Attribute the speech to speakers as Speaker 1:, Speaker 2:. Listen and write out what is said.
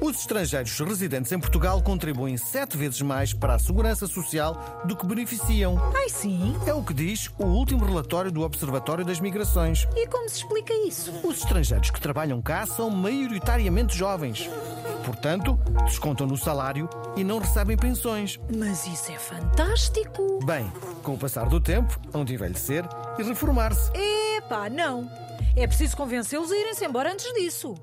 Speaker 1: os estrangeiros residentes em Portugal contribuem sete vezes mais para a segurança social do que beneficiam.
Speaker 2: Ai sim?
Speaker 1: É o que diz o último relatório do Observatório das Migrações.
Speaker 2: E como se explica isso?
Speaker 1: Os estrangeiros que trabalham cá são maioritariamente jovens. Portanto, descontam no salário e não recebem pensões.
Speaker 2: Mas isso é fantástico!
Speaker 1: Bem, com o passar do tempo, hão de envelhecer e reformar-se.
Speaker 2: Epá, não! É preciso convencê-los a irem-se embora antes disso.